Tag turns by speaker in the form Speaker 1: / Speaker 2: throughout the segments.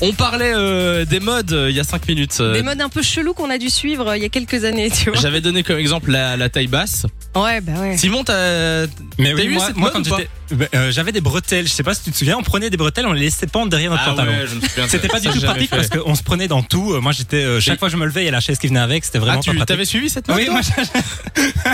Speaker 1: On parlait euh, des modes euh, il y a 5 minutes. euh,
Speaker 2: Des modes un peu chelous qu'on a dû suivre euh, il y a quelques années, tu vois.
Speaker 1: J'avais donné comme exemple la, la taille basse.
Speaker 2: Ouais, bah ouais.
Speaker 1: Simon, t'as.
Speaker 3: Mais
Speaker 1: T'as
Speaker 3: oui,
Speaker 1: eu
Speaker 3: moi,
Speaker 1: cette
Speaker 3: moi,
Speaker 1: mode
Speaker 3: quand
Speaker 1: ou pas
Speaker 3: j'étais, Bah, euh, j'avais des bretelles. Je sais pas si tu te souviens, on prenait des bretelles, on les laissait pendre derrière notre Ah pantalon.
Speaker 1: Ah je me souviens de-
Speaker 3: C'était pas du
Speaker 1: ça,
Speaker 3: tout
Speaker 1: j'ai jamais
Speaker 3: pratique
Speaker 1: fait.
Speaker 3: parce qu'on se prenait dans tout. Euh, Moi, j'étais euh, chaque fois que je me levais, il y a la chaise qui venait avec. C'était
Speaker 1: Ah,
Speaker 3: vraiment
Speaker 1: tu
Speaker 3: pas pratique.
Speaker 1: t'avais suivi cette mode
Speaker 3: Oui,
Speaker 1: toi
Speaker 3: moi,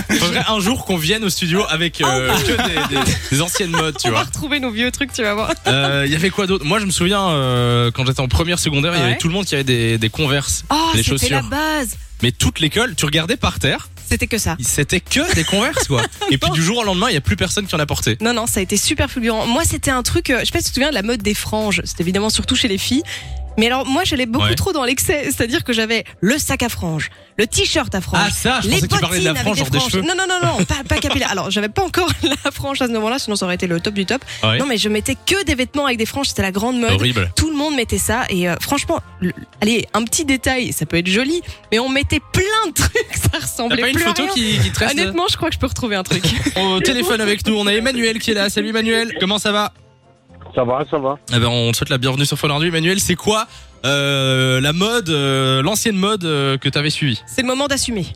Speaker 3: j'ai-
Speaker 1: Faudrait un jour qu'on vienne au studio avec euh,
Speaker 2: Oh
Speaker 1: que des, des- des anciennes modes, tu
Speaker 2: On va
Speaker 1: vois.
Speaker 2: retrouver nos vieux trucs, tu vas voir.
Speaker 1: Euh, Il y avait quoi d'autre Moi, je me souviens euh, quand j'étais en première secondaire, il y
Speaker 2: Ouais.
Speaker 1: avait tout le monde qui avait des, des converses,
Speaker 2: Oh,
Speaker 1: les
Speaker 2: c'était la
Speaker 1: chaussures.
Speaker 2: base.
Speaker 1: Mais toute l'école, tu regardais par terre,
Speaker 2: C'était que ça.
Speaker 1: c'était que des converses, quoi. Et puis du jour au lendemain, il y a plus personne qui en a porté.
Speaker 2: Non, non, ça a été super fulgurant. Moi, c'était un truc, euh, je sais pas si tu te souviens de la mode des franges. C'était évidemment surtout chez les filles. Mais alors, moi, j'allais beaucoup
Speaker 1: Ouais.
Speaker 2: trop dans l'excès. C'est-à-dire que j'avais le sac à franges, le t-shirt à franges.
Speaker 1: Ah, ça, je
Speaker 2: les
Speaker 1: pensais que tu parlais de la
Speaker 2: bottines
Speaker 1: frange,
Speaker 2: avec
Speaker 1: genre des
Speaker 2: franges.
Speaker 1: cheveux.
Speaker 2: Non, non, non, non, pas, pas capillaire. Alors, j'avais pas encore la frange à ce moment-là, sinon ça aurait été le top du top.
Speaker 1: Ouais.
Speaker 2: Non, mais je mettais que des vêtements avec des franges, c'était la grande mode.
Speaker 1: Horrible.
Speaker 2: Tout le monde mettait ça et euh, franchement, le- allez, un petit détail, ça peut être joli, mais on mettait plein de trucs, ça
Speaker 1: T'as
Speaker 2: ressemblait
Speaker 1: pas une
Speaker 2: plus à
Speaker 1: photo
Speaker 2: rien.
Speaker 1: qui, euh qui te reste
Speaker 2: Honnêtement, je crois que je peux retrouver un truc.
Speaker 1: au téléphone avec nous On a Emmanuel qui est là. Salut Emmanuel, comment ça va
Speaker 4: Ça va, ça va.
Speaker 1: Eh ben, on te souhaite la bienvenue sur Fun Radio. Emmanuel, c'est quoi euh, la mode, euh, l'ancienne mode euh, que t'avais suivie
Speaker 2: C'est le moment d'assumer.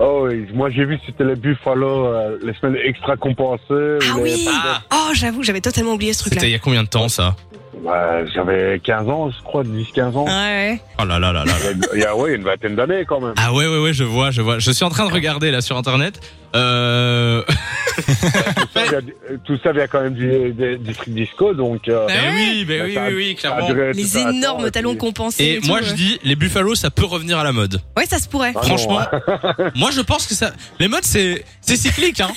Speaker 4: Oh, oui, moi j'ai vu c'était les Buffalo, euh, les semaines extra compensées. ou
Speaker 2: Ah
Speaker 4: les-
Speaker 2: oui
Speaker 1: Ah.
Speaker 2: Oh, j'avoue, j'avais totalement oublié ce truc-là.
Speaker 1: C'était il y a combien de temps ça
Speaker 4: Ouais, J'avais 15 ans, je crois, 10-15 ans.
Speaker 2: Ouais, ouais.
Speaker 1: Oh là là là là.
Speaker 4: Il y a ouais, une vingtaine d'années quand même.
Speaker 1: Ah ouais ouais ouais, je vois, je vois. Je suis en train de regarder là sur internet. Euh...
Speaker 4: Tout ça vient, tout ça vient quand même du, du, du free disco, donc. euh,
Speaker 1: ben oui, ben
Speaker 4: ça
Speaker 1: oui,
Speaker 4: a-
Speaker 1: oui, oui,
Speaker 4: ça a
Speaker 1: clairement.
Speaker 4: duré
Speaker 2: Les
Speaker 4: tout un temps,
Speaker 2: énormes
Speaker 4: et
Speaker 2: talons
Speaker 4: puis-
Speaker 2: compensés.
Speaker 1: Et
Speaker 2: tout,
Speaker 1: moi
Speaker 2: ouais.
Speaker 1: je dis, les Buffalo, ça peut revenir à la mode.
Speaker 2: Ouais, ça se pourrait.
Speaker 4: Ah non,
Speaker 1: Franchement,
Speaker 4: ouais.
Speaker 1: moi je pense que ça. Les modes c'est c'est cyclique, hein.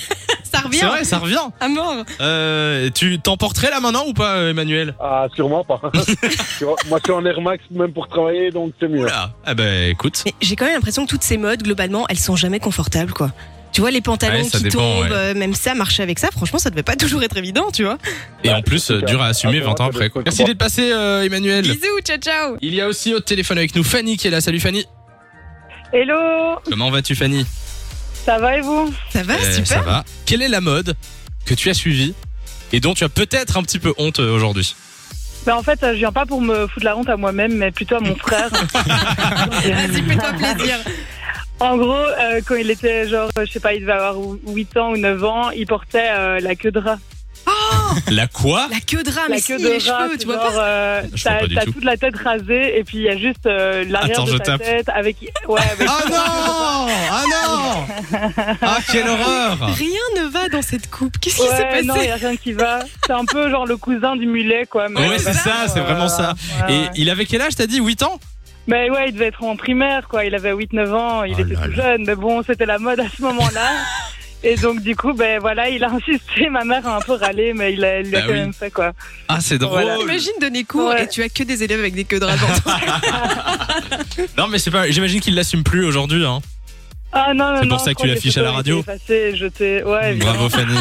Speaker 2: Ça revient
Speaker 1: C'est vrai, ça revient.
Speaker 2: à mort.
Speaker 1: Euh, tu t'emporterais là maintenant ou pas, euh, Emmanuel
Speaker 4: Ah, sûrement pas. Tu vois, moi je suis en Air Max même pour travailler, donc c'est mieux.
Speaker 1: Oula. Ah ben écoute.
Speaker 2: Mais j'ai quand même l'impression que toutes ces modes, globalement, elles sont jamais confortables, quoi. Tu vois, les pantalons
Speaker 1: Ouais, ça
Speaker 2: qui
Speaker 1: dépend,
Speaker 2: tombent,
Speaker 1: ouais.
Speaker 2: euh, même ça, marcher avec ça, franchement, ça devait pas toujours être évident, tu vois.
Speaker 1: Et en plus, euh, dur à assumer 20 ans après. quoi. Merci d'être passé, euh, Emmanuel.
Speaker 2: Bisous, ciao, ciao
Speaker 1: Il y a aussi au téléphone avec nous Fanny qui est là. Salut Fanny.
Speaker 5: Hello,
Speaker 1: Comment vas-tu, Fanny
Speaker 5: ça va et vous
Speaker 2: Ça va,
Speaker 1: Euh, Ça
Speaker 2: super
Speaker 1: va. Quelle est la mode que tu as suivie et dont tu as peut-être un petit peu honte euh, aujourd'hui
Speaker 5: ben En fait, euh, je viens pas pour me foutre la honte à moi-même, mais plutôt à mon frère.
Speaker 2: Vas-y, fais-toi plaisir
Speaker 5: en gros, euh, quand il était genre, euh, je sais pas, il devait avoir ou- 8 ans ou 9 ans, il portait euh, la queue de rat.
Speaker 1: La quoi
Speaker 2: La queue de rat, Ah, mais
Speaker 5: la
Speaker 2: si,
Speaker 5: queue
Speaker 2: les
Speaker 5: de rat,
Speaker 2: cheveux,
Speaker 5: c'est
Speaker 2: tu vois
Speaker 5: genre,
Speaker 2: pas
Speaker 5: euh,
Speaker 1: Ah, Je vois
Speaker 5: t'as
Speaker 1: pas du
Speaker 5: t'as
Speaker 1: tout.
Speaker 5: toute la tête rasée et puis il y a juste euh, l'arrière
Speaker 1: Attends,
Speaker 5: de
Speaker 1: je
Speaker 5: ta
Speaker 1: tape.
Speaker 5: tête avec... Ouais, avec...
Speaker 1: Ah non Ah non Ah quelle horreur
Speaker 2: Rien ne va dans cette coupe, qu'est-ce qui s'est
Speaker 5: Ouais,
Speaker 2: passé
Speaker 5: non, il y a rien qui va. C'est un peu genre le cousin du mulet, quoi. mais-
Speaker 1: Ouais, c'est ça, c'est vraiment ça.
Speaker 5: Ouais,
Speaker 1: Et
Speaker 5: ouais.
Speaker 1: il avait quel âge, t'as dit 8 ans
Speaker 5: Mais ouais, il devait être en primaire, quoi. Il avait 8-9 ans, il
Speaker 1: Oh
Speaker 5: était
Speaker 1: là
Speaker 5: tout
Speaker 1: là.
Speaker 5: jeune, mais bon, c'était la mode à ce moment-là. Et donc, du coup, ben voilà, il a insisté. Ma mère a un peu râlé, mais il a, il l'a
Speaker 1: Bah
Speaker 5: quand
Speaker 1: oui.
Speaker 5: même fait, quoi.
Speaker 1: Ah c'est drôle
Speaker 5: Voilà.
Speaker 2: Imagine donner cours
Speaker 5: Ouais.
Speaker 2: et tu as que des élèves avec des queues de rat dans ton-
Speaker 1: Non mais c'est pas... J'imagine qu'il l'assume plus aujourd'hui. Hein.
Speaker 5: Ah non, non,
Speaker 1: C'est pour
Speaker 5: non,
Speaker 1: ça que
Speaker 5: je
Speaker 1: tu
Speaker 5: crois
Speaker 1: l'affiches à la
Speaker 5: les photos
Speaker 1: radio. Mmh.
Speaker 5: ont été effacées, jetées. Ouais, évidemment.
Speaker 1: Bravo Fanny.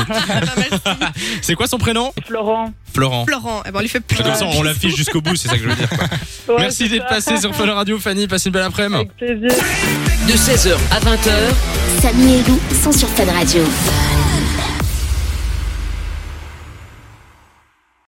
Speaker 1: c'est quoi son prénom
Speaker 5: Florent.
Speaker 1: Florent.
Speaker 2: Florent, eh ben, on lui fait plein
Speaker 1: Comme
Speaker 2: de
Speaker 1: ça on l'affiche jusqu'au bout, c'est ça que je veux dire.
Speaker 5: Ouais,
Speaker 1: Merci
Speaker 5: c'est
Speaker 1: d'être
Speaker 5: ça.
Speaker 1: passé sur Fun Radio Fanny, passe une belle après-midi.
Speaker 5: Avec plaisir.
Speaker 6: De 16h à 20h,
Speaker 7: Samy et Lou sont sur Fan Radio.